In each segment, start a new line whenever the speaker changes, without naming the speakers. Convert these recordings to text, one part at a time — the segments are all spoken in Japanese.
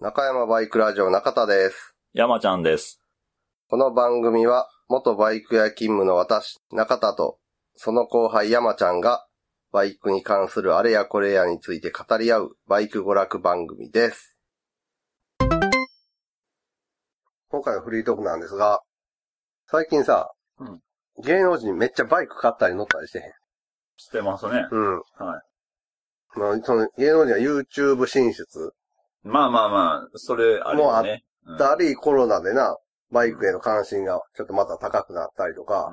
中山バイクラジオ中田です。
山ちゃんです。
この番組は、元バイク屋勤務の私、中田と、その後輩山ちゃんが、バイクに関するあれやこれやについて語り合う、バイク娯楽番組です。今回のフリートークなんですが、最近さ、
うん
芸能人めっちゃバイク買ったり乗ったりしてへん。
してますね。
うん。。
はい
まあ、その、芸能人は YouTube 進出。
まあまあまあ、それ、あれよね。も
だり、コロナでな、バイクへの関心がちょっとまた高くなったりとか、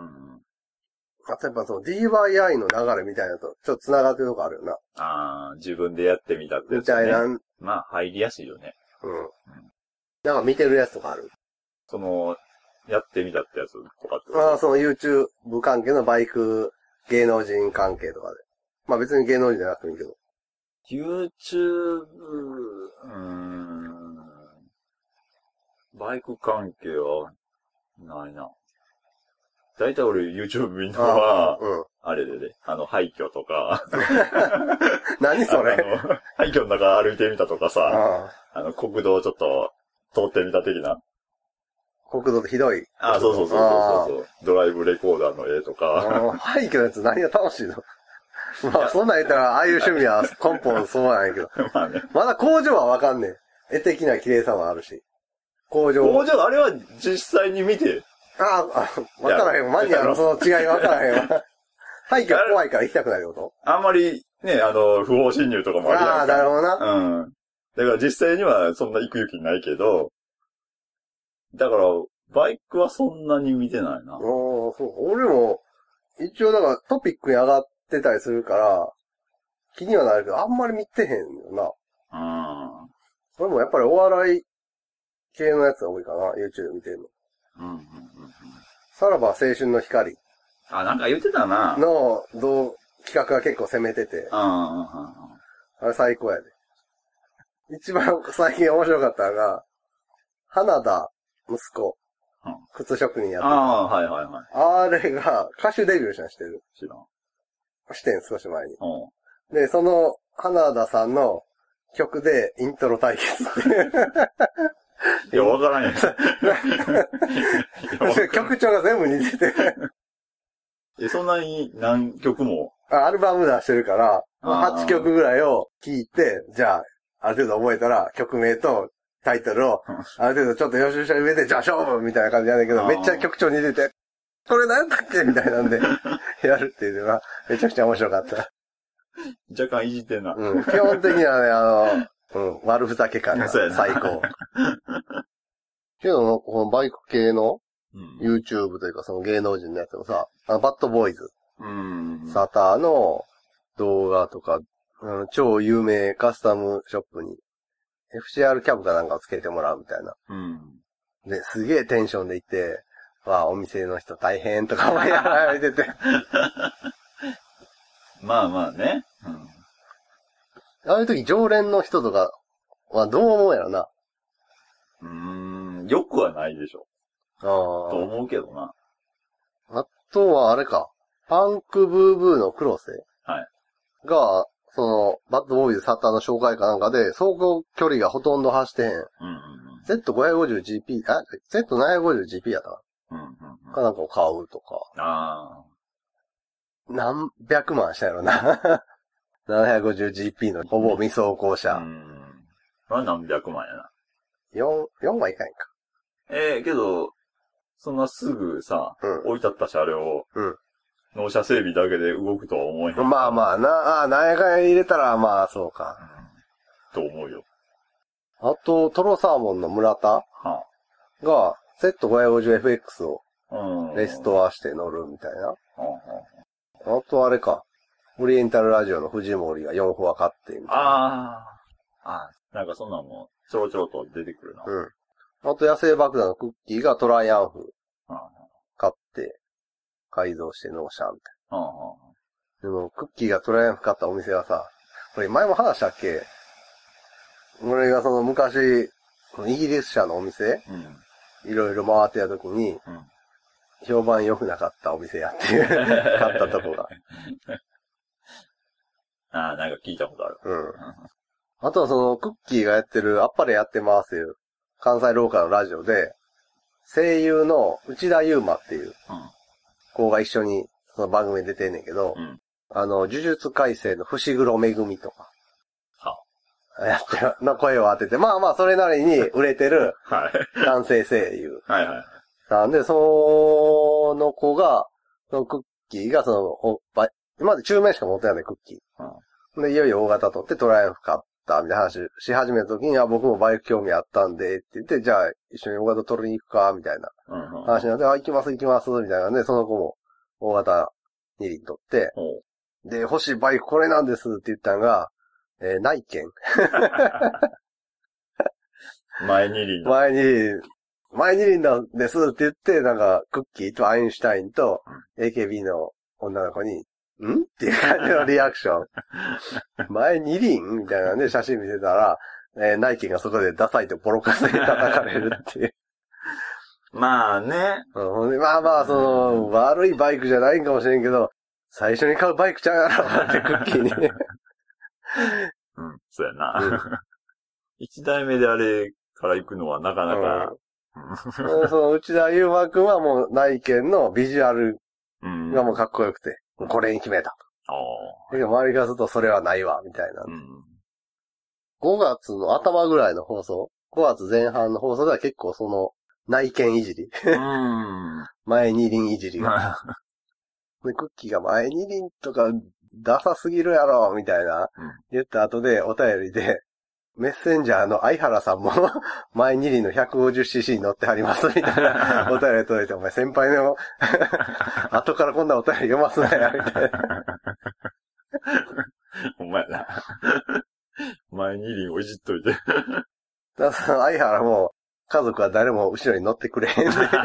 あとやっぱその DIY の流れみたいなのと、ちょっと繋がってるとこあるよな。
ああ、自分でやってみたってや
み
つね
たいな、うん。
まあ、入りやすいよね。
なんか見てるやつとかある。
その、やってみたってやつとかってこと
まあ、その YouTube 関係のバイク、芸能人関係とかで。まあ別に芸能人じゃなくてもいいけど。
YouTube、うーん、バイク関係は、ないな。だいたい俺 YouTube 見るのは、
うん。
あれでね、あの、廃墟とか、
何そ
あ
れ
の廃墟の中歩いてみたとかさ、
あ
あの、国道をちょっと通ってみた的な。
あ国土でひどい。
あ、そうそうそうそうそう。ドライブレコーダーの絵とか。
もう廃墟のやつ何が楽しいの まあ、そんなん言ったら、ああいう趣味は根本そうなんやけど。
まあね。
まだ工場はわかんねえ。絵的な綺麗さはあるし。工
もう
場。
ちょっとあれは実際に見て。
ああ、わからへんわ。マニアのその違いわからへん わ。廃墟怖いから行きたくないってこ
あんまり、ね、あの、不法侵入とかも
と
ある
あ
や
あ、
ん
なる
か。
ほどな。
うん。だから実際にはそんな行く勇気ないけど、だから、バイクはそんなに見てないな。
おーそう俺も、一応だからトピックに上がってたりするから、気にはなるけど、あんまり見てへんよな。
う
俺もやっぱりお笑い系のやつが多いかな、YouTube 見てるの。
ん。うん、うん、うん。
さらば青春の光
あ、なんか言ってたな。うん、
の動企画が結構攻めてて、
うん、うん。
あれ最高やで。一番最近面白かったのが、花田息子
うん、
靴職人やって
ああー、はいはいはい。
るあれが歌手デビューしたんしてる。
知らん。
してん、少し前に。
うん。
で、その、花田さんの曲でイントロ対決っていう。
いや、わ からんやん。 いやわからん
曲調が全部似てて、
え、そんなに何曲も。
あアルバム出してるから、ま
あ
あ
ー
8曲ぐらいを聴いて、じゃあ、ある程度覚えたら曲名とタイトルを
うん、
ある程度ちょっと予習した上で、じゃあ勝負みたいな感じなんだけど、
あー
めっちゃ曲調似てて、これなんだっけみたいなん で、やるっていうのは、めちゃくちゃ面白かった。
若干いじってんな。
うん、基本的にはね、あの、うん、悪ふざけ感が
そうやな
最 高。けど、このバイク系の
うん。
YouTube というかその芸能人のやつもさ、あのバッドボーイズ、
うん。
サターの動画とか、うん、超有名カスタムショップに FCR キャブかなんかをつけてもらうみたいな。
うん。
で、すげえテンションで行って、わあ、お店の人大変とか思いながら見てて。
まあまあね。うん。
ああいう時常連の人とかはどう思うやろな。
うーん、よくはないでしょ。と
あ
思うけどな。
あ。あとはあれか、パンクブーブーの黒瀬
はい
が、その、バッドボーイズサターの紹介かなんかで、走行距離がほとんど走ってへん。
うんうん
Z550GP、あ、Z750GP やったか
うん。うんうん
な
うん。
かなんかを買うとか。
あ
何百万したやろな。750GP のほぼ未走行
あ。
車
う。ん。まあ何百万やな。
4、4はいかんか。
ええけど、そんなすぐさ、
う
置い立った車両を、
うん
納車整備だけで動くとは思えへん。
ん。まあ
あ。
まあ、な、あ、何やかんや入れたら、まあ、そうか。
と思うよ。
あと、トロサーモンの村田
は
が、Z550FX を
あ。うん。
レス。トアして乗るみたいな。
うんうん
あと、あれか。オリエンタルラジオの藤森が4フォア買って、みたいな。
ああ。ああ。なんかそんなんも、ちょろちょろと出てくるな。
うん。あと、野生爆弾のクッキーがトライアンフ
うん。うん
買って、改造して納車みたい
うん
な。でも、クッキーがトライアンフ買ったお店はさ、これ前も話したっけ俺がその昔、イギリス車のお店、
うん。
いろいろ回ってた時に、
うん
評判良くなかったお店やって いう、買ったとこが。
ああ、なんか聞いたことある。
うん。あとはその、クッキーがやってる、あっぱれやってますという、関西ローカルのラジオで、声優の内田優馬っていう子が一緒に、その番組に出てんねんけど、
うん
あの、呪術改正の伏黒めぐみとか、
は
やってる、の声を当てて、まあまあ、それなりに売れてる
はい。
男性声優。
はいはい。
なんで、その子が、そのクッキーがその、おば今まで中面しか持ってないんだよ、クッキー。で、いよいよ大型取ってトライアンフ買った、みたいな話し始めた時に、あ、僕もバイク興味あったんで、って言って、じゃあ一緒に大型取りに行くか、みたいな
うん。うん。
話になって、あ、行きます行きます、みたいなんで、その子も大型2輪取って、
ほう
で、欲しいバイクこれなんですって言ったんが、えーないけん。
前二輪の。
前に、前二輪なんですって言って、なんか、クッキーとアインシュタインと、AKB の女の子に、んっていう感じのリアクション。前二輪みたいなんで写真見せたら、えーナイキがそこでダサいとボロカスに叩かれるっていう。
まあね。
うんほんでまあまあ、その、悪いバイクじゃないんかもしれんけど、最初に買うバイクちゃうやろってクッキーに。
うん、そうやな。 一代目であれから行くのはなかなか、
うんその内田優馬くんはもう内見のビジュアル
うん。
がもうかっこよくて、もうこれに決めた。
あ
で周りからするとそれはないわ、みたいな
あ。うん。
5月の頭ぐらいの放送 ?5 月前半の放送では結構その、内見いじり
うん。
前二輪いじりが。
まあ
で、クッキーが前二輪とか、ダサすぎるやろみたいな
うん、
言った後でお便りで、メッセンジャーの相原さんも、 前二輪の 150cc に乗ってはります、みたい なお便り届いて、お前先輩の、 後からこんなお便り読ますなよ、みたい な。
ほんまやな。 前二輪をいじっといて。
だからその相原も、家族は誰も後ろに乗ってくれへんで、
か
か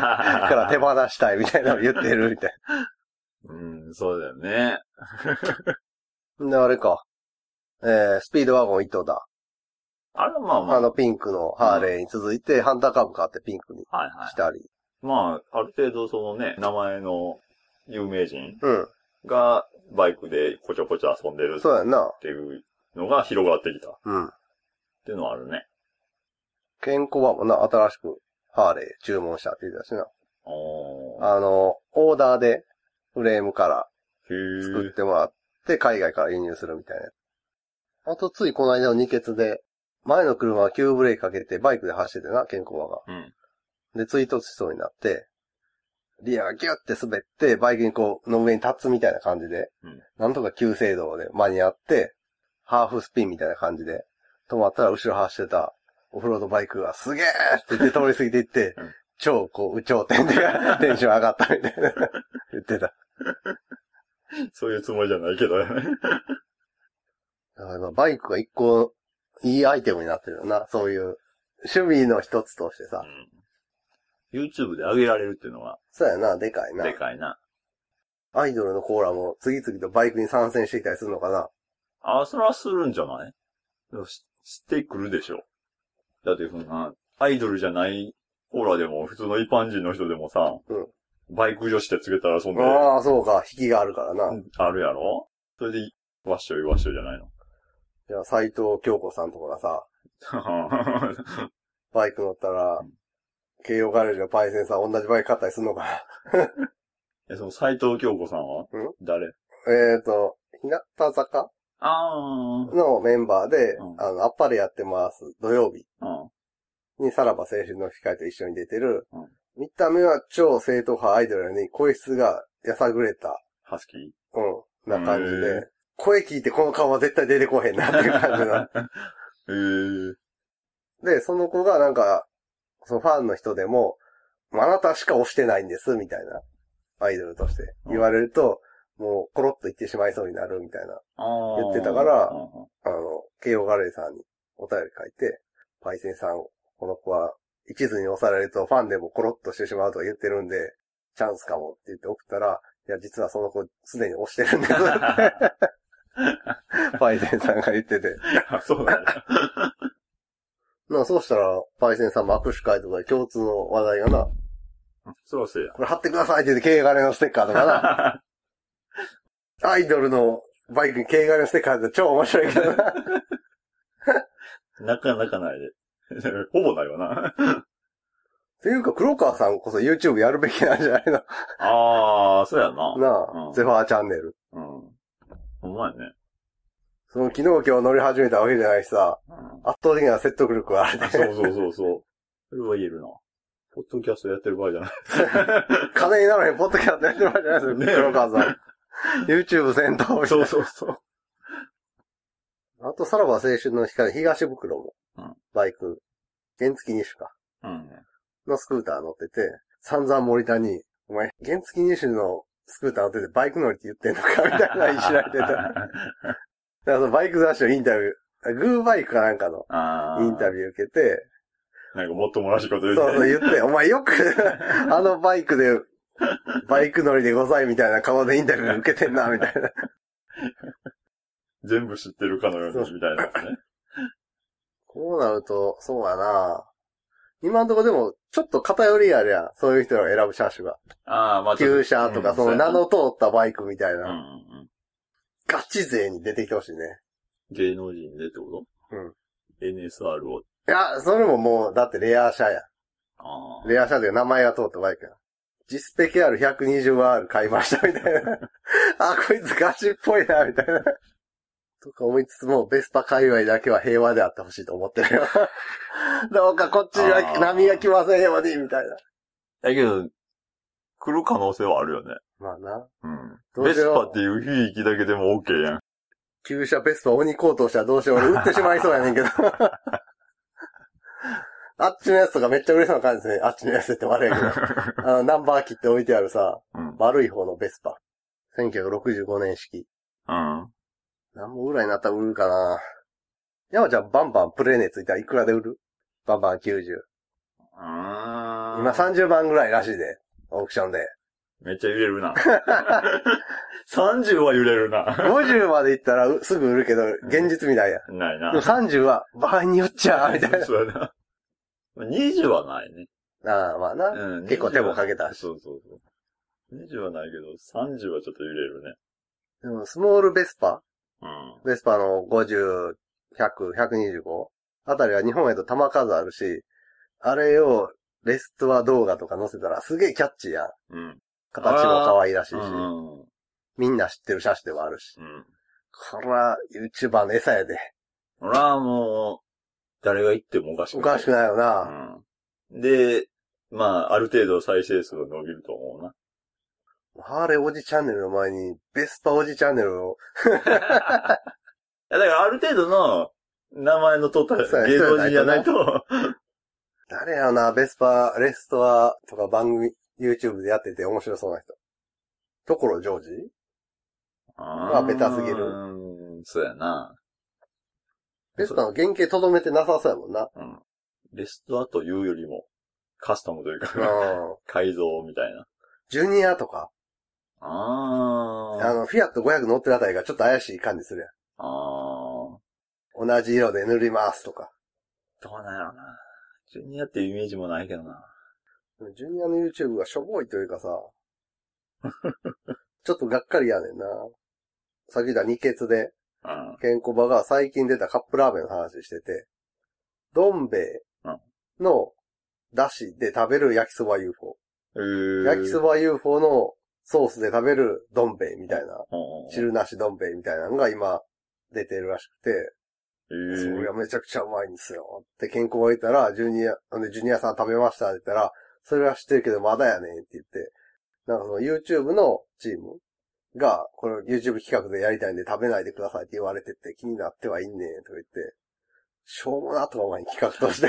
ら手放したいみたいなのを言ってるみたい
うん、そうだよね。
な。 で、あれか。えー、スピードワゴン糸だ。
あれはまあまあ。
あのピンクのハーレーに続いて、ハンターカーブ買ってピンクに
はいは
したり。
い。まあ、ある程度そのね、名前の有名人
うん。
がバイクでこちょこちょ遊んでる
そうやんな
っ。ていうのが広がってきたっ
うん。
ていうのはあるね。
ケンコバもな、新しくハーレー注文したって言ってたしな。
おー。
あの、オーダーでフレームから
へー
作ってもらって、海外から輸入するみたいな。あと、ついこの間の二欠で、前の車は急ブレーキかけてバイクで走っててな、ケンコバが。
うん。
で、追突しそうになって、リアがギュって滑って、バイクにこう、の上に立つみたいな感じで、
うん
なんとか急制動で間に合って、ハーフスピンみたいな感じで、止まったら後ろ走ってたオフロードバイクが、すげーって言って通り過ぎていって、
うん
超こう、有頂天 でテンション上がったみたいな、言ってた。
そういうつもりじゃないけ どね。
あの、バイクが一個、いいアイテムになってるよな、そういう、趣味の一つとしてさ。
うん YouTube で上げられるっていうのは、
そうやな、でかいな。
でかいな。
アイドルのコーラも次々とバイクに参戦してきたりするのかな
あ、それはするんじゃないでもししてくるでしょ。だってそんな、アイドルじゃないコーラでも、普通の一般人の人でもさ、
うん
バイク女子でつけたらそんで、
ああ、そうか。引きがあるからな。
あるやろそれで、わっしょいわっしょいじゃないの。
じゃあ、斎藤京子さんとかがさ、バイク乗ったら、慶応ガレージのパイセンさん同じバイク買ったりするのか
え、その斎藤京子さんは誰
な。 えっと、日向坂
あー
のメンバーで、
うん
あの、あっぱれやってます。土曜日
うん。
にさらば青春の光と一緒に出てる、
うん
見た目は超正統派アイドルなのに、声質がやさぐれた、
ハスキー
うん、な感じ
へ
で
ー、
声聞いてこの顔は絶対出てこへんなっていう感じ の。
えー、
で、その子がなんか、そのファンの人でも、あなたしか押してないんです、みたいな、アイドルとして
うん
言われると、もうコロッと言ってしまいそうになるみたいな、
あー
言ってたから
うんうん
あの、慶応ガレーさんにお便り書いて、パイセンさん、この子は一途に押されるとファンでもコロッとしてしまうとか言ってるんで、チャンスかもって言って送ったら、いや、実はその子すでに押してるんで すって。パイセンさんが言ってて。
あそうなんだ。
まあそうしたら、パイセンさんも握手会とかで共通の話題がな、
そらそうや。
これ貼ってくださいって言って、軽ガレのステッカーとか な。アイドルのバイクに軽ガレのステッカーって超面白いけどな。
なかなかないで。 ほぼないわな。
ていうか、黒川さんこそ YouTube やるべきなんじゃないの
あー、そうやな。
なあ、
うん
ゼファーチャンネル。
うん。ほんまやね。
その昨日今日乗り始めたわけじゃないしさ、
うん
圧倒的な説得力があるね。
そうそうそうそう。それは言えるな。ポッドキャストやってる場合じゃない。
金にならへん、ポッドキャストやってる場合じゃないですよ、
ね
黒川 さん。YouTube 戦闘みたい
そう
な。
そうそう。
あと、さらば青春の光、東袋も、
うん
バイク、原付2種か、
うん。
のスクーター乗ってて、散々森田に、お前、原付2種のスクーター乗っててバイク乗りって言ってんのかみた いな言い知られ てた。だからそのバイク雑誌のインタビューあ、グーバイクかなんかの
あー
インタビュー受けて、
なんかもっともらしいこ
そ
と言
う
うて
そう言って、お前よ く、あのバイクで、バイク乗りでございみたいな顔でインタビュー受けて んな、みたいな。
全部知ってるかのように、みたいなやつね。
こうなると、そうやな今のところでも、ちょっと偏りあるやん。そういう人らが選ぶ車種が。
ああ、まあちょっ
旧車と
う
か、
ん
その
うや
名
な
の通ったバイクみたい
うんうん
な。
うん。
ガチ勢に出てきてほしいね。
芸能人でってこと
うん。
NSR を。
いや、それももう、だってレア車や。
あ
レア車で名前が通ったバイクや。実績ある 120R 買いましたみたいな。 あ、こいつガチっぽいな、みたいな。とか思いつつも、ベスパ界隈だけは平和であってほしいと思ってるよ。 どうかこっちには波が来ませんように、みたいな。
あ。だけど、来る可能性はあるよね。
まあな。
う
どう
ん。ベ
しよ
ス
う
パっていう雰囲気だけでも OK やん。
旧車ベスパ鬼高騰したらどうしよう。俺撃ってしまいそうやねんけど。 あっちのやつとかめっちゃ嬉しそうな感じですね。あっちのやつって悪いけど。あの、ナンバー切って置いてあるさ、
うん。
悪い方のベスパ。1965年式。
うん。
何本ぐらいになったら売るかな山ちゃんバンバンプレネついたらいくらで売るバンバン90。今
今
30万ぐらいらしいで。オークションで。
めっちゃ揺れるな。30は揺れるな。
50までいったら うすぐ売るけど、現実みたいや。
ない
で
な
も。30は場合によっちゃ、み たいな。
そうやな。20はないね。
ああ、まあな。
うん。
結構手もかけたし
そうそうそう。20はないけど、30はちょっと揺れるね。
でも、スモールベスパ
うん。
ベスパの50、100、125あたりは日本へと玉数あるし、あれをレストア動画とか載せたらすげえキャッチーやん。
うん。
形も可愛らしいし、
うん。うん。
みんな知ってる車種ではあるし。これは YouTuber の餌やで。
俺はもう、誰が言ってもおかし
お
くない。
かしくないよな。
うん。で、まあ、ある程度再生数が伸びる と思うな。
ハーレーおじチャンネルの前に、ベスパおじチャンネルを、
いや、だからある程度の、名前の取った芸能人じゃないと、
誰やろな、ベスパ、レストアとか番組、YouTube でやってて面白そうな人。ところジョージ
ま
あベタすぎる
うん、そうやな。
ベスパの原型とどめてなさそうやもんな。
うん。ベストアというよりも、カスタムというか、
うん。
改造みたいな。
ジュニアとか、
あー。
あの、フィアット500乗ってるあたりがちょっと怪しい感じするやん。
あー。
同じ色で塗りますとか。
どうなんやろな。ジュニアっていうイメージもないけどな。
でもジュニアの YouTube がしょぼいというかさ、 ちょっとがっかりやねんな。さっき言った二欠で、
うん。
ケンコバが最近出たカップラーメンの話してて、どん兵衛の出汁で食べる焼きそば UFO。
えー
焼きそば UFO のソースで食べるどん兵衛みたいな、
うん
汁なしどん兵衛みたいなのが今出てるらしくて、
え
そ
ー
れがめちゃくちゃうまいんですよ。って健康が言ったら、ジュニア、あのジュニアさん食べましたって言ったら、それは知ってるけどまだやねんって言って、なんかその YouTube のチームが、これを YouTube 企画でやりたいんで食べないでくださいって言われてて気になってはいんねんとか言って、しょうもなとかお前企画として。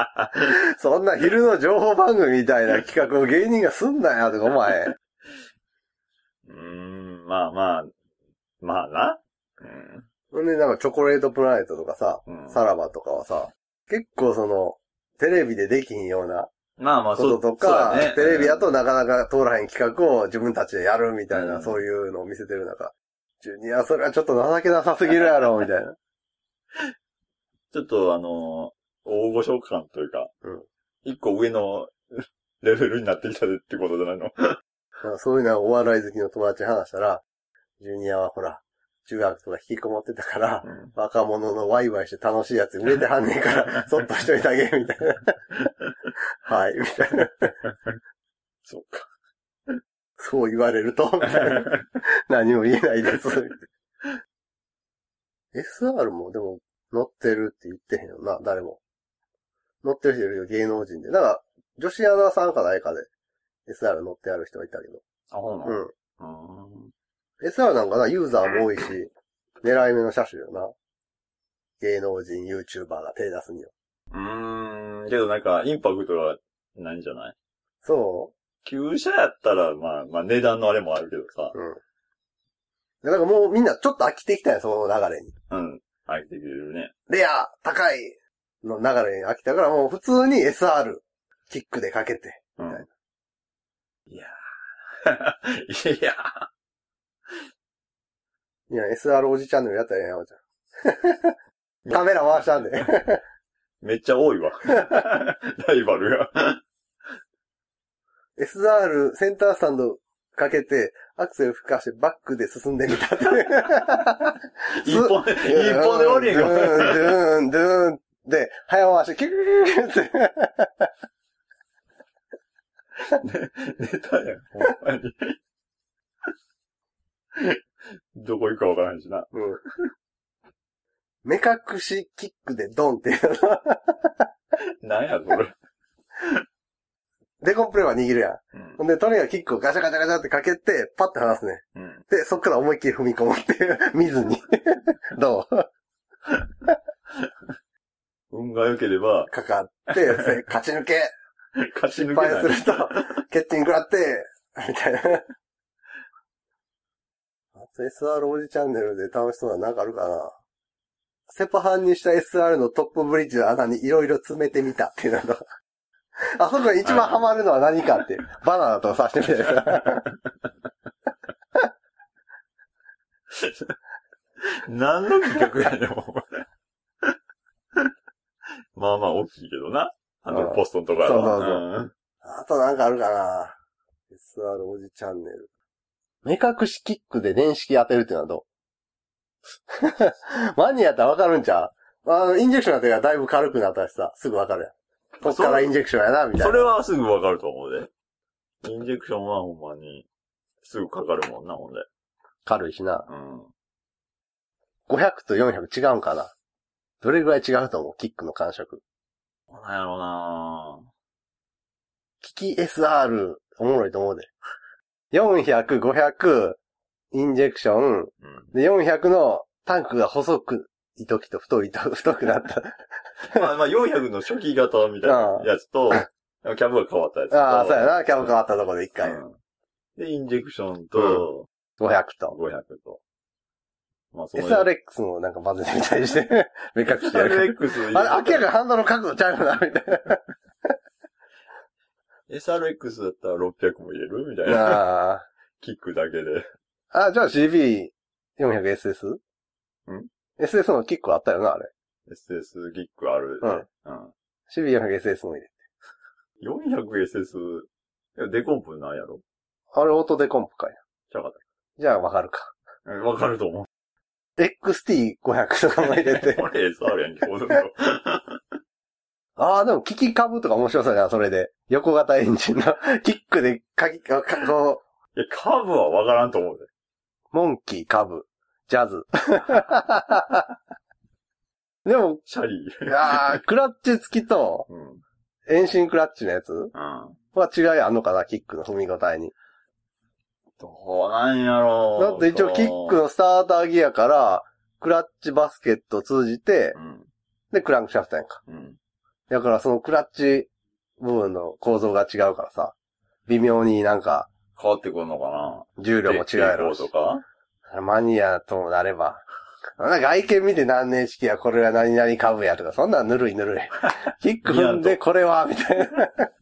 そんな昼の情報番組みたいな企画を芸人がすんなよとかお前。
うーん、まあまあ、まあな。うん。
ほんでなんかチョコレートプラネットとかさ、
うん
さらばとかはさ、結構その、テレビでできひんような
まあまあ、
こ
そ
ととか、
そうやね
テレビだとなかなか通らへん企画を自分たちでやるみたいな、
うん
そういうのを見せてる中、ジュニアそれはちょっと情けなさすぎるやろ、みたいな。
ちょっとあの、大御所感というか、
うん
一個上の レベルになってきたでってことじゃないの
そういうのはお笑い好きの友達に話したら、ジュニアはほら、中学とか引きこもってたから、
うん
若者のワイワイして楽しいやつ売れてはんねん から、そっとしといてあげ、みたいな。はい、みたい な。
そうか。
そう言われると、みたいな何も言えない です。みたいな SR もでも乗ってるって言ってへんよな、誰も。乗ってる人いるよ、芸能人で。なんか、女子アナさんか誰かで SR 乗ってある人はいたけど。
あ、ほうな
うん。
の。うん。
SR なんかな、ユーザーも多いし、狙い目の車種よな。芸能人、YouTuber が手出すには。
うーん、けどなんか、インパクトがないんじゃない
そ
旧車やったら、まあ、まあ値段のあれもあるけどさ
う、うん。でなんかもうみんなちょっと飽きてきたよ、その流れに。
うん。入ってくれるね。
レア、高いの流れに飽きたから、もう普通に SR、キックでかけて。
うん。いやー。 いや
いや、SR おじチャンネルやったらええやん、おじゃん。カメラ回したんで。
ー、めっちゃ多いわ。 ライバルが。
SR、センタースタンドかけて、アクセル吹かしてバックで進んでみたって。
一本で、一本で終わりやん
ドゥ
か。
ーン、ドゥーン、ドゥーンで、早回して、キュキュキュキュって。
ネタやん、ほんまに。どこ行くかわからんしな。
うん。目隠しキックでドンっていうの。
なんや、それ。
デコンプレイは握るやん。
うん
ほんで、とにかくキックをガシャガシャガシャってかけて、パッて離すね。
うん。
で、そっから思いっきり踏み込むっていう、 見ずに。どう
運が良ければ、
かかって、せ勝ち抜け
勝ち
失
抜け
敗
ない。
すると、欠点食らって、みたいな。あと SR おじチャンネルで楽しそうなのなんかあるかなセパハンにした SR のトップブリッジの穴にいろいろ詰めてみたっていうのと、あそこに一番ハマるのは何かっていう、バナナと刺してみたいな。
何の企画やねん、もう。まあまあ大きいけどな。あの、
うん
ポストのとこやろ。
そうそうあとなんかあるかな ?SR おじチャンネル。目隠しキックで電式当てるっていうのはどう マニアやったらわかるんちゃうあの、インジェクションやったらだいぶ軽くなったしさ、すぐわかるやん。こっからインジェクションやな、み
う
た
ん
いな。
それはすぐわかると思うで。インジェクションはほんまに、すぐかかるもんな、ほんで。
軽いしな。
うん。
500と400違うんかなどれぐらい違うと思うキックの感触。
なんやろうな
キキ SR、おもろいと思うで。400、500、インジェクション、
うん。
で、400のタンクが細く、糸きと太いと太くなった。
まあまあ400の初期型みたいなやつと、キャブが変わったやつと。
ああ、そうやな。キャブ変わったとこで一回。
うんで、インジェクションと、
500と。
500と。まあ、そ
SRX もなんか混ぜてみ たりして、目隠してやる
SRX
から。あれ、明らかにハンドルの角度ちゃうよな、み たい
SRX だったら600も入れるみたい
な。
な。
ああ。
キックだけで。
あ、じゃあ CB400SS?
ん
?SS のキックあったよな、あれ。
SS キックある、ね。うん。
CB400SS も入れて。
400SS、いやデコンプなんやろ
あれ、オートデコンプかい
ちゃうかっ
じゃあわかるか。
たうんわかると思う。
XT500 とかも入れ て。
これ SR やんけ、ほと んど。
ああ、でも、キキ株とか面白そうやな、それで。横型エンジンの、キックでかき、かき、こ
いや、カーブはわからんと思うで。
う、モンキー、株、ジャズ。 でも、
シャリー。
ああ、クラッチ付きと、
うん。うん。
遠心クラッチのやつは違いあんのかな、キックの踏み応えに。
どうなんやろ
だって一応キック。のスターターギアから、クラッチバスケットを通じて、
うん。
で、クランクシャフトやんか。
うん。
だからそのクラッチ部分の構造が違うからさ、微妙になんか、
変わってくんのかな
重量も違うやろう
抵抗
し
と。か
マニアともなれば。なんか外見見て何年式や、これは何々株やとか、そんなんぬるいぬるい。キック踏んでこれは、みたいな。だ か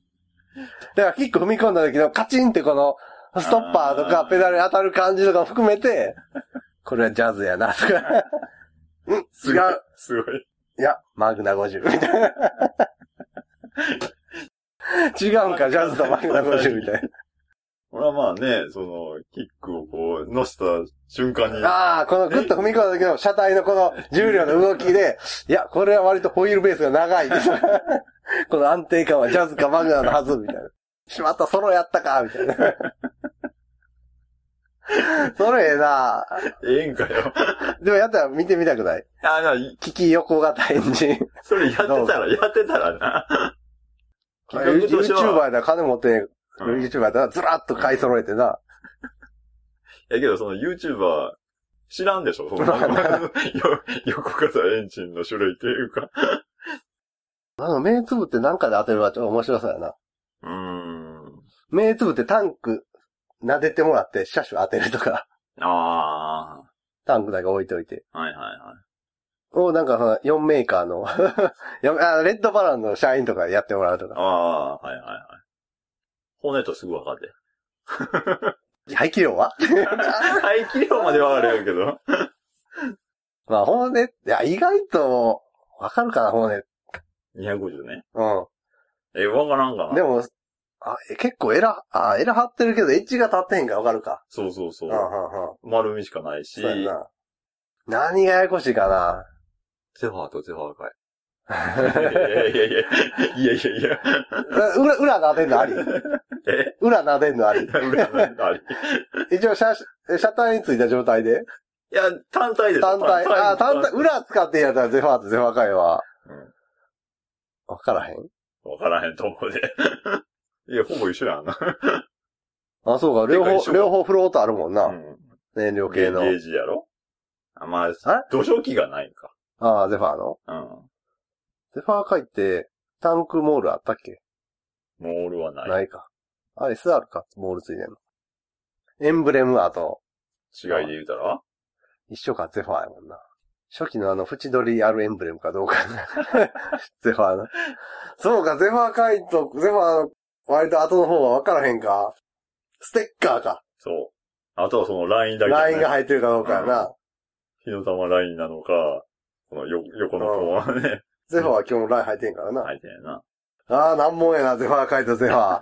らキック踏み込んだ時のカチンってこの、ストッパーと
あ
か
ー
ペダルに当たる感じとかも含めて、これはジャズやな、と か。うん、違う。
すごい。 すごい。
いや、マグナ50、みたい な。違うんか、ジャズとマグナ50みたいな。
俺はまあね、その、キックをこう、乗せた瞬間に、
ああ、このグッと踏み込んだ時の車体のこの重量の動きで、いや、これは割とホイールベースが長い です。この安定感はジャズかマグナのはず、みたいな。しまった、ソロやったか、みたいな。 それええな
ええんかよ。
でもやったら見てみたくない
あ、ない
機器横型エンジン。
それやってたら、やってたら な。企画としては
YouTuber やったら金持ってる
うん
YouTuber やったらずらっと買い揃えてな。
やけど、その YouTuber、知らんでし ょその
まあな
よ 横型エンジンの種類っていうか。
あの、目つぶってなんかで当てるのはちょっと面白そうやな。
うーん。
目つぶってタンク撫でてもらって車種当てるとか、
あ
タンクだけ置いておいて。
あ。はいはいは
をなんかその4メーカーの やあ、レッドバランの社員とかやってもらうと
い。
か。
ああー、はいはいはい。骨とすぐ分か って。
排気量は
排気量まではあれやけど。
まあ骨、いや、意外と、わかるかな、骨。
250ね。
う
え、わからんか
ん。
な
で。も、あ結構エラ、あ、エラ張ってるけど、エッジが立ってへんからわかるか。
そうそうそうう。
ん、うん、うん。
丸みしかないし、
そうやな。何がややこしいかな。
ゼファーとゼファーかい。 いやいやいやいやいやいや。
裏、裏撫でんのあり
え
裏撫でんのあり
裏なんだあれ
一応車、車体についた状態で
いや、単体です
単体。あ、単体、。裏使ってんやったらゼファーとゼファー会は
うん。
わからへん
わからへんと思うで。 いや、ほぼ一緒やんな。
あ、そうか。両
てか一緒
方、
か
両方フロートあるもん
う
な。
ん。
燃料
ゲ
系の。
ージやろあ、まあ、
あれ
土壌機がないんか。
ああ、ゼファーの。
うん。
ゼファー会って、タンクモールあったっけ
モールはない。
ないか。あ、SR か。モールついてんの。エンブレムあと、
違いで言うたら
一緒か、ゼファーやもんな。初期のあの、縁取りあるエンブレムかどうかな。 ゼファーな。そうか、ゼファー会と、ゼファーの割と後の方は分からへんか。ステッカーか。
そう。あとはそのラインだけ、ね。
ラインが入ってるかどうかやな。
火の玉ラインなのか、このよ横の方はね、
ゼファーは今日もライン入ってんからな。
入ってないな。
ああ、難問やな、ゼファー会とゼファ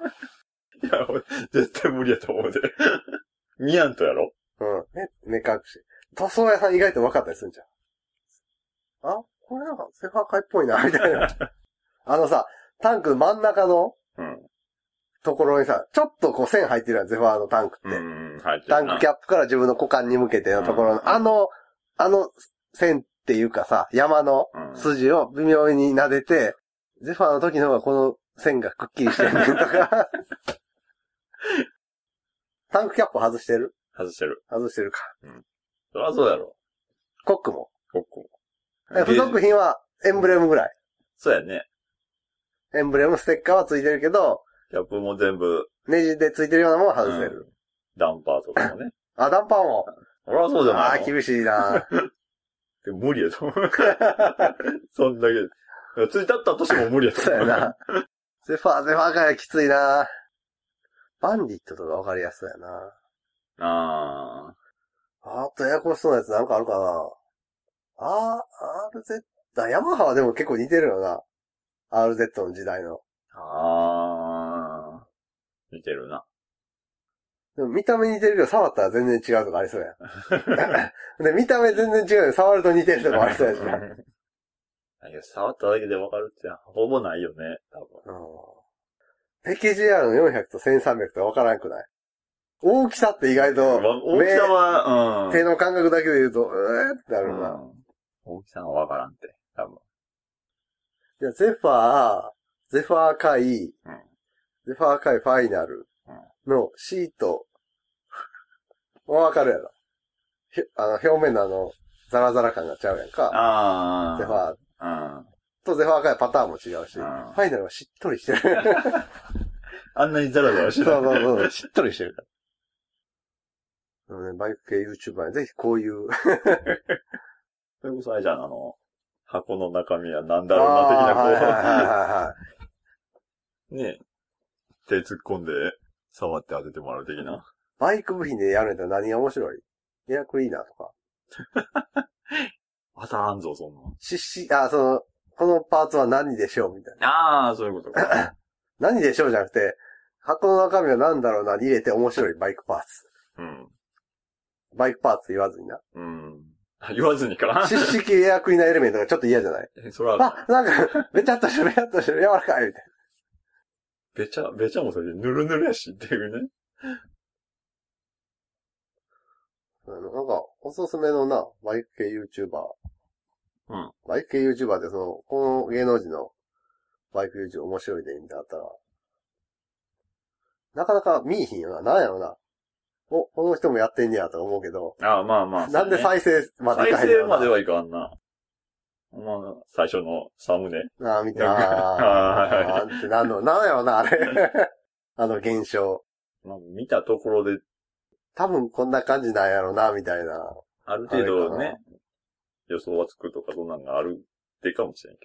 ー。
いや、俺絶対無理やと思うで。ミヤントやろ
うん。ね、目隠し。塗装屋さん意外と分かったりするんじゃん。あこれなんかセファー会っぽいな、 みたい な。あのさ、タンクの真ん中の
うん。
ところにさ、ちょっとこう線入ってるやん、ゼファーのタンクって。
うん、入って
タ
る
ン
な
クキ。ャップから自分の股間に向けてのところの、
うん
あの、あの線っていうかさ、山の
うん
筋を微妙に撫でて、ゼファーの時の方がこの線がくっきりしてると か。タンクキャップ外してる
外してる。
外してるか。
そりゃそうやろ。
コックも。
ここ。
え付属品はエンブレムぐらい。
そうやね。
エンブレム、ステッカーはついてるけど、
キャップも全部、
ネジでついてるようなものは外せる。
うんダンパーとかもね。
あ、ダンパーも。
そりゃそうじゃ
あ
な
あ
い
ー、
の
厳しいな。
でも無理やと思う。 そんだけ。ついたったとしても無理やと
そう
思
や
う。
な。ゼファー、ゼファーからきついな。バンディットとかわかりやすそうやな。
あー
あと、ややこしそうなやつなんかあるかな。あー、RZ、あヤマハはでも結構似てるよな。RZ の時代の。
あー。見てるな。
でも見た目似てるけど、触ったら全然違うとかありそうやん。で、見た目全然違うけど、触ると似てるとかありそうやしな。
いや、触っただけでわかるって、ほぼないよね、多分。
うんペケ JR の400と1300と分からんくない大きさって意外と、
わ大きさは、うん。
目手の感覚だけで言うと、えーってなるな。
うん大きさはわからんって、多分。
じゃあ、ゼファー、ゼファー界、ゼファー界ファイナルのシート、わかるやろ。ひあの、表面のあの、ザラザラ感がちゃうやんか。
ああ。
ゼファー
うん。
とゼファー界パターンも違うし、
うん
ファイナルはしっとりしてる。
あんなにザラザラ
そ
し
う
てた。
そうそう、しっとりしてるから。なのでバイク系 YouTuber にぜひこういう
それこそあれじゃん、あの、箱の中身はなんだろうな、的な、こう、ね、手突っ込んで、触って当ててもらう的な。
バイク部品でやるんやったら何が面白いエアクリーナーとか。
当たらんぞ、そんなん。
しし、あ、その、このパーツは何でしょうみたい
ああ、そういうこと か。
な。何でしょうじゃなくて、箱の中身は何だろうなに入れて面白いバイクパーツ。
うん。
バイクパーツ言わずに な。
うん。あ言わずにかな。
知識エアクイナエレメントがちょっと嫌じゃない
それ
あ、
は、
なんか、べちゃっとしてる、べちゃっとしてる、柔らかい、みたい
べちゃ、べちゃもそれでぬるぬるやしっていうね。
な。うんなんか、おすすめのな、バイク系 YouTuber。
うん。
バイク系 YouTuber で、その、この芸能人のバイク YouTube 面白いで、みたいなのあったら、なかなか見いひんよな。なんやろな。お、この人もやってんねや、とか思うけど、
ああ、まあ まあ。
なんで
そう
再
ね
生までい
再
かへん
生まで
は。
はいかんな。まあ、最初のサムネ。
ああ、みたい
なんか
な。あーってなんの、なんやろな、あれ。 あの現象。
まあ、見たところで、
多分こんな感じなんやろな、みたいな。
ある程度
あれ
ね、予想はつくとか、そんなんがあるってかもしれんけ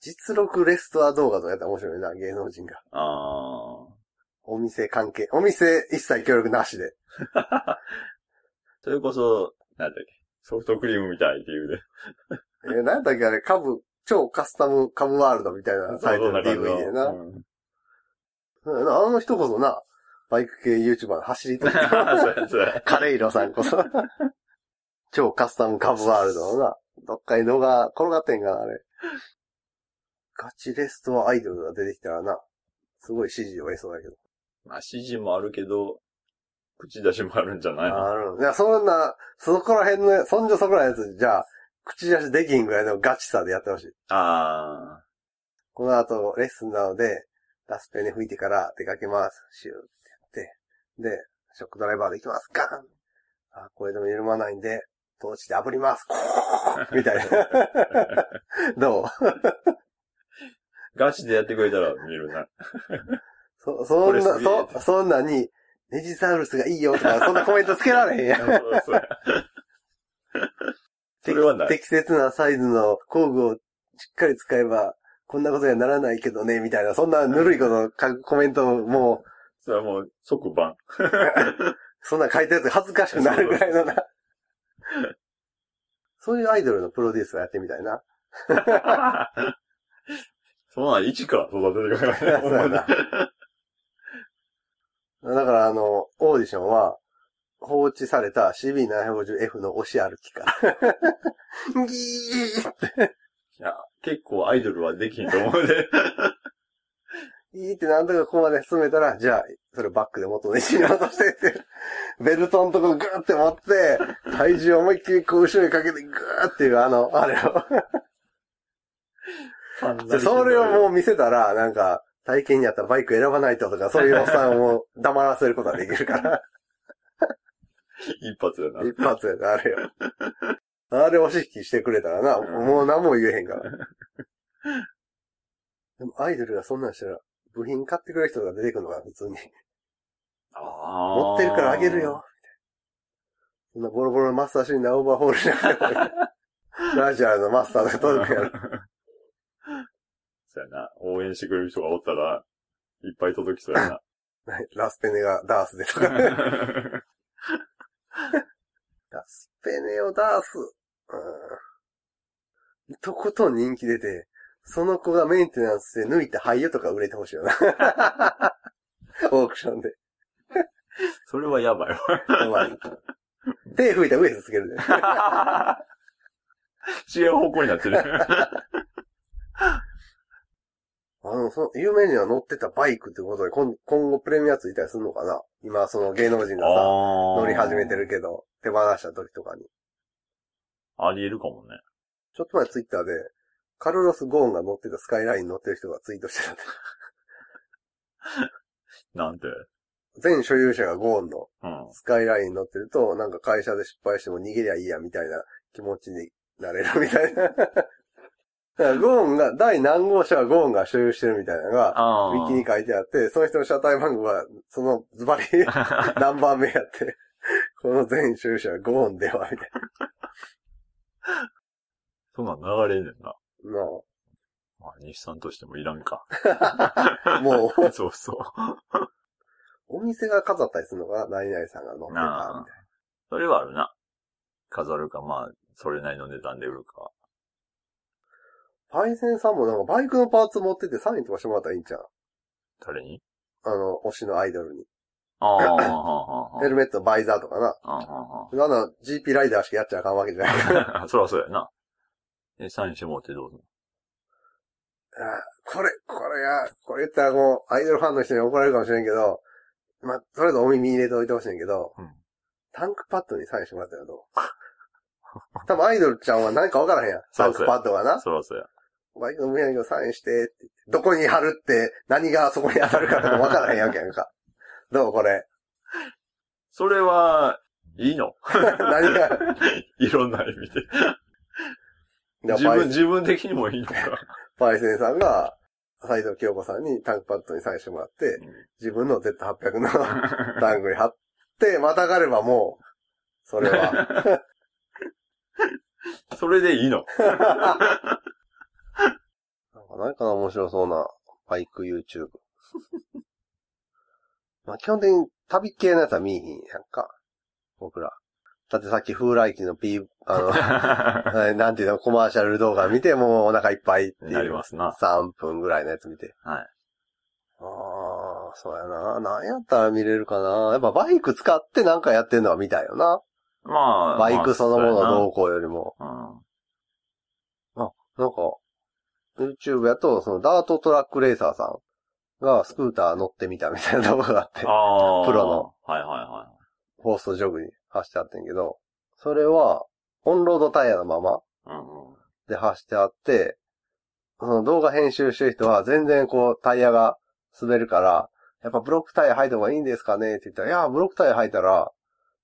実録レストア動画とかやったら面白いな、芸能人が。
ど。ああ。
お店関係、お店一切協力なしで。
それこそ、なんだっけ、ソフトクリームみたいっていうね。
えー、なんやったっけあれ、株、超カスタム株ワールドみたいなタイトルの DVD でな。
うん
うんあの人こそな、バイク系 YouTuber の走りと
そうやそう や
カレイロさんこそ。 超カスタム株ワールドのな、どっかに動画転がってんかな、あれ。ガチレストアアイドルが出てきたらな、すごい支持を得そうだけど。
まあ、指示もあるけど、口出しもあるんじゃないの
ある。いや、そんな、そこら辺の、そんじょそこらのやつ、じゃあ、口出しできんぐらいのガチさでやってほしい。
あ
この後、レッスンなので、ラスペンで吹いてから出かけます。シューってやって、で、ショックドライバーで行きます。ガンあ、これでも緩まないんで、トーチで炙ります。 みたいな。 どう
ーガチでやってくれたら見るな。
そ、そんな、
これすげえ
そ、そんなに、ネジサウルスがいいよとか、そんなコメントつけられへんやん。
そうそう それはない。
適切なサイズの工具をしっかり使えば、こんなことにはならないけどね、みたいな、そんなぬるいこと書くコメントをもう、
それはもう即番。
そんな書いたやつ恥ずかしくなるぐらいのな。 そういうアイドルのプロデュースをやってみたいな。
そんなん一から育ててくれな い。
そうやなだからあの、オーディションは、放置された CB750F の押し歩きから。 ギー
いや、結構アイドルはできんと思 うで。
いいってなんとかここまで進めたら、じゃあ、それバックで元の位置に戻してって、ベルトのとこグーって持って、体重を思いっきりこう後ろにかけてグーっていうあの、あれを。でそれをもう見せたら、なんか、体験にあったバイク選ばないととか、そういうおっさんを 黙らせることができる から、
一発やな。
一発やで、あれよ。あれを指揮してくれたらな、もう何も言えへんから。 でもアイドルがそんなんしたら、部品買ってくれる人が出てくるのが普通に。持
持
ってるからあげるよ。。みたいなそんなボロボロのマスターシーンなオーバーホールじゃなくてもい いラジャーのマスター が届くやろ。
そうやな。応援してくれる人がおったら、いっぱい届きそうやな。
ラスペネがダースでとか。ラスペネをダース。うん。とことん人気出て、その子がメンテナンスで抜いた俳優とか売れてほしいよな。 オークションで。
それはや ばいわ。
うまい。手拭いたらウエストつけるで。
違う方向になって る。
あの、その、有名人が乗ってたバイクってことで、今今後プレミアついたりするのかな今、その芸能人がさ、乗
乗
り始めて。るけど、手放した時とかに。
ありえるかもね。
ちょっと前ツイッターで、カルロス・ゴーンが乗ってたスカイラインに乗ってる人がツイートしてたんだ。
なんて。
全所有者がゴーンの
うん。
スカイラインに乗ってると、なんか会社で失敗しても逃げりゃいいやみたいな気持ちにな れるみたいな。だからゴーンが、第何号車はゴーンが所有してるみたいなのが、ウ
あ
ィキに書いてあって、その人の車体番号は、そのズ バリ何番目やって、この全所有者はゴーンでは、みたい
そんなん流れんねんな。
な。も
まあ、日産としてもいらん か。
う、もう、
そうそう。
お店が飾ったりするのかな何々さんが乗ってたみたい
それはあるな。飾るか、まあ、それなりの値段で売るか。
な。パイセンさんもなんかバイクのパーツ持っててサインとかしてもらったらいいんじゃん。
誰に
あの、推しのアイドルに。
あ あ、はあ、は
ヘルメット、バイザーとかな。
あ、はあ、は
あの、GP ライダーしかやっちゃあかんわけじゃないから。
あ。 そらそうやな。え、サインしてもらってどうぞ。
あこれ、これや、これ言ったらもう、アイドルファンの人に怒られるかもしれんけど、まあ、とりあえずお耳に入れておいてほしいんやけど、
うん
タンクパッドにサインしてもらったらどう多分アイドルちゃんは何かわからへんやん。
そ
タ
う
ン
そ
ク
う
パッドがな。
そらそうや。
バイクの無理やけどサインしてって言って、どこに貼るって、何がそこに当たるかとかわからへんやんけやんか。 どうこれ。
それは、いいの
何が、
いろんな意味で。
でも
自
パ
分、
イ
自分的にもいいのか。
パイセンさんが、斉藤京子さんにタンクパッドにサインしてもらって、自分の Z800 の タンクに貼って、 またがればもう、それは。
それでいいの。
なんかないかな、面白そうな。バイク YouTube。まあ基本的に旅系のやつは見えへんやんか。僕ら。だってさっき風来機の P、あのえ、なんていうの、コマーシャル動画見て、もうお腹いっぱい って
なり
いう。
ますな。
3分ぐらいのやつ見て。
はい。
ああ、そうやな。なんやったら見れるかな。やっぱバイク使ってなんかやってんのは見たいよな。
まあ。
バイクそのもの
まあ
どうこうよりも。
そうやなうん
なんか、YouTube やと、そのダートトラックレーサーさんがスクーター乗ってみたみたいな動画があって、
ああ。
プロ
の。はいはいは
フォーストジョグに走ってあってんけど、それは、オンロードタイヤのまま
い。うんうん。
で走ってあって、その動画編集してる人は全然こうタイヤが滑るから、やっぱブロックタイヤ履いた方がいいんですかねって言ったら、いや、ブロックタイヤ履いたら、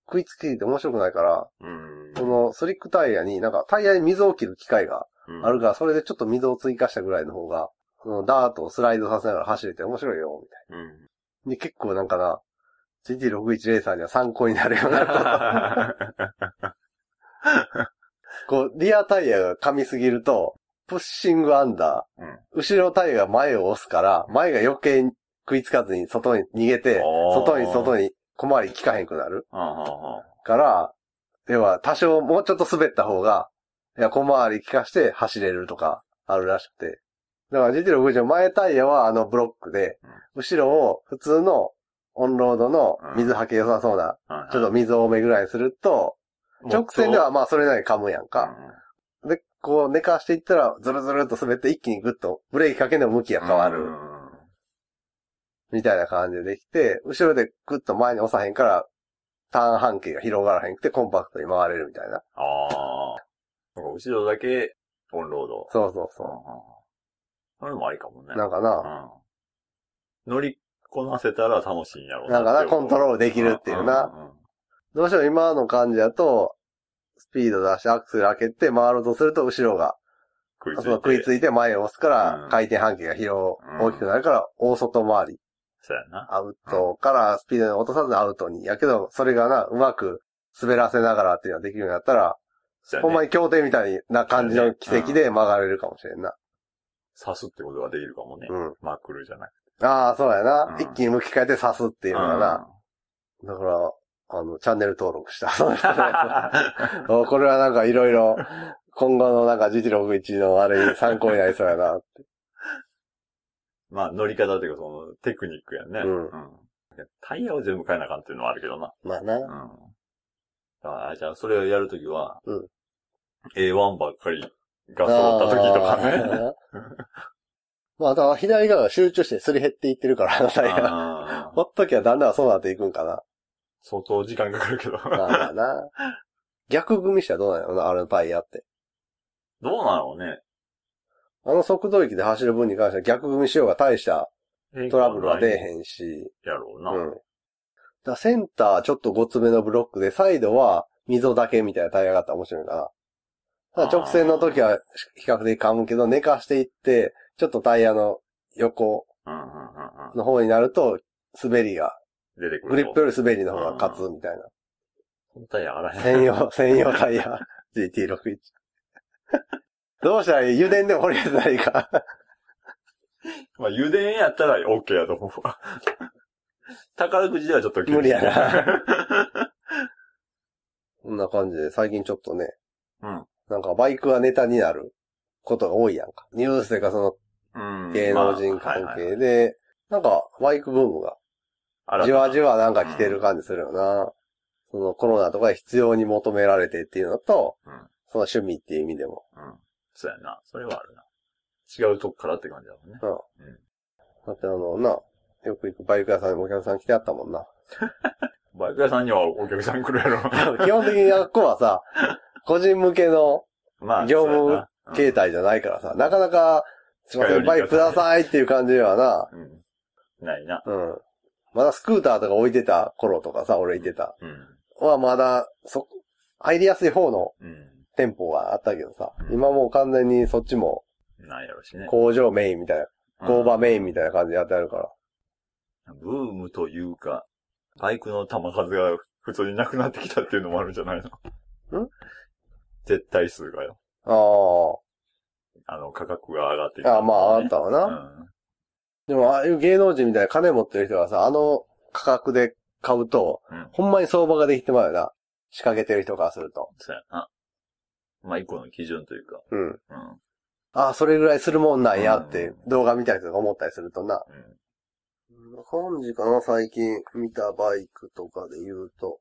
食いつきって面白くないから、
うん
そのスリックタイヤになんかタイヤに溝を切る機械があるから、それでちょっと溝を追加したぐらいの方が、そのダートをスライドさせながら走れて面白いよ、みたい
うん。 うん。
な。で、結構なんかな、GT61 レーサーには参考になるような。 こう、リアタイヤが噛みすぎると、プッシングアンダー、
うん
後ろタイヤが前を押すから、前が余計に食いつかずに外に逃げて、
あー
外に外に小回り効かへんくなる
はあはあはあ
から、要は多少もうちょっと滑った方が、いや、小回り効かして走れるとか、あるらしくて。だから GT60 前タイヤはあのブロックで
うん、
後ろを普通のオンロードの水はけ良さそうな、
はいはい
ちょっと水多めぐらいにすると、直線ではまあそれなりに噛むやんか。で、こう寝かしていったら、ズルズルっと滑って一気にグッとブレーキかけても向きが変わる。みたいな感じでできて、後ろでグッと前に押さへんから、ターン半径が広がらへんくてコンパクトに回れるみたいな。
ああー。なんか後ろだけオンロード。
そうそう
うんうん
そ
うんそれもありかもね。
う。なんかな、
うん乗りこなせたら楽しいんやろう
なんかな、
っていう
コントロールできるっていうな。。どうしても今の感じだと、スピード出してアクセル開けて回ろうとすると後ろが、
食いつ
そ
いて。
の食いついて前を押すか
う
ら
ん
回転半径が広、
うん
大きくなるから大外回り。
そうやな。
アウトからスピードに落とさずアウトに。やけど、それがな、うまく滑らせながらっていうのができるようになったら、
そうや
ほんま
ね。
に競艇みたいな感じの奇跡で曲がれるかもしれんな。
刺すってことができるかもね
う。ん。
マクルじゃなく
ああ、そうやな
う。ん
一気に向き変えて刺すっていう
て
のがな。だから、あの、チャンネル登録した。 そうや
う
つおこれはなんかいろいろ、今後のなんか GT61 のあれに参考になりそうやな。
ん まあ乗り方っていうかそのテクニックやね。
うん
タイヤを全部変えなあかんっていうのはあるけどな。
まあな。
うん。だからじゃあそれをやるときは、
うん
A1 ばっかりが揃ったときとか
あー
ね。。
まあ、だから左側が集中してすり減っていってるから、あのタ イヤ。
あ
ほ
ー
っときゃだんだんそうなっていくんかな。
相当時間かかるけど。
まあまあな。逆組みしたらどうなのあのタイヤって。
どうなのね。
あの速度域で走る分に関しては逆組みしようが大したトラブルは出えへんし。
やろう
う
な。
ん。だからセンターちょっとごつめのブロックで、サイドは溝だけみたいなタイヤがあったら面白いな。ただ直線の時は比較的噛むけど、寝かしていって、ちょっとタイヤの横
うんうんうん
の方になると、滑りが、
うん。出てくると。
グリップより滑りの方が勝つみたいな。
本体やらへん。
専用、 専用タイヤ。GT61。どうしたらいい油田でも掘り出せないか。
まあ、油田やったら OK やと思うわ。 宝くじではちょっと厳しい
無理やな。 こんな感じで、最近ちょっとね。
うん
なんかバイクはネタになることが多いやんか。ニュースというかそ
うん。
の芸能人関
まあはいはい
係で、なんかバイクブームが
あら
じわじわなんか来てる感じするよな。そのコロナとかで必要に求められてっていうのと、
うん
その趣味っていう意味でも。
うん。そうやな。それはあるな。違うとこからって感じだもんね。
だってあの、な、よく行くバイク屋さんにお客さん来てあったもん な。
バイク屋さんにはお客さん来るや ろ。
基本的にあっこはさ、個人向けの
まあ、
業務
そうやなうん
携帯じゃないからさ、なかなか、すいません、バイクくださいっていう感じではな、
うん。ないな。
うん。まだスクーターとか置いてた頃とかさ、俺行ってた。
うん。
はまだ、そ、入りやすい方の
うん。
店舗があったけどさ、
うん
今もう完全にそっちも
ないやろしね。
工場メインみたいな、工場メインみたいな感じでやってあるから。
うんブームというか、バイクの弾数が普通になくなってきたっていうのもあるんじゃないの
ん
絶対数がよ。
ああ
あの、価格が上がってき
ー、ああまああったわな。
うん。
でもああいう芸能人みたいな金持ってる人がさ、あの価格で買うと、
うん
ほんまに相場ができてまうよな。仕掛けてる人からすると。
そうやな。まあ、一個の基準というか。
うん。
うん。
ああ、それぐらいするもんなんやって
う
動画見たりとか思ったりするとな。
うん。
本時かな、最近見たバイクとかで言うと。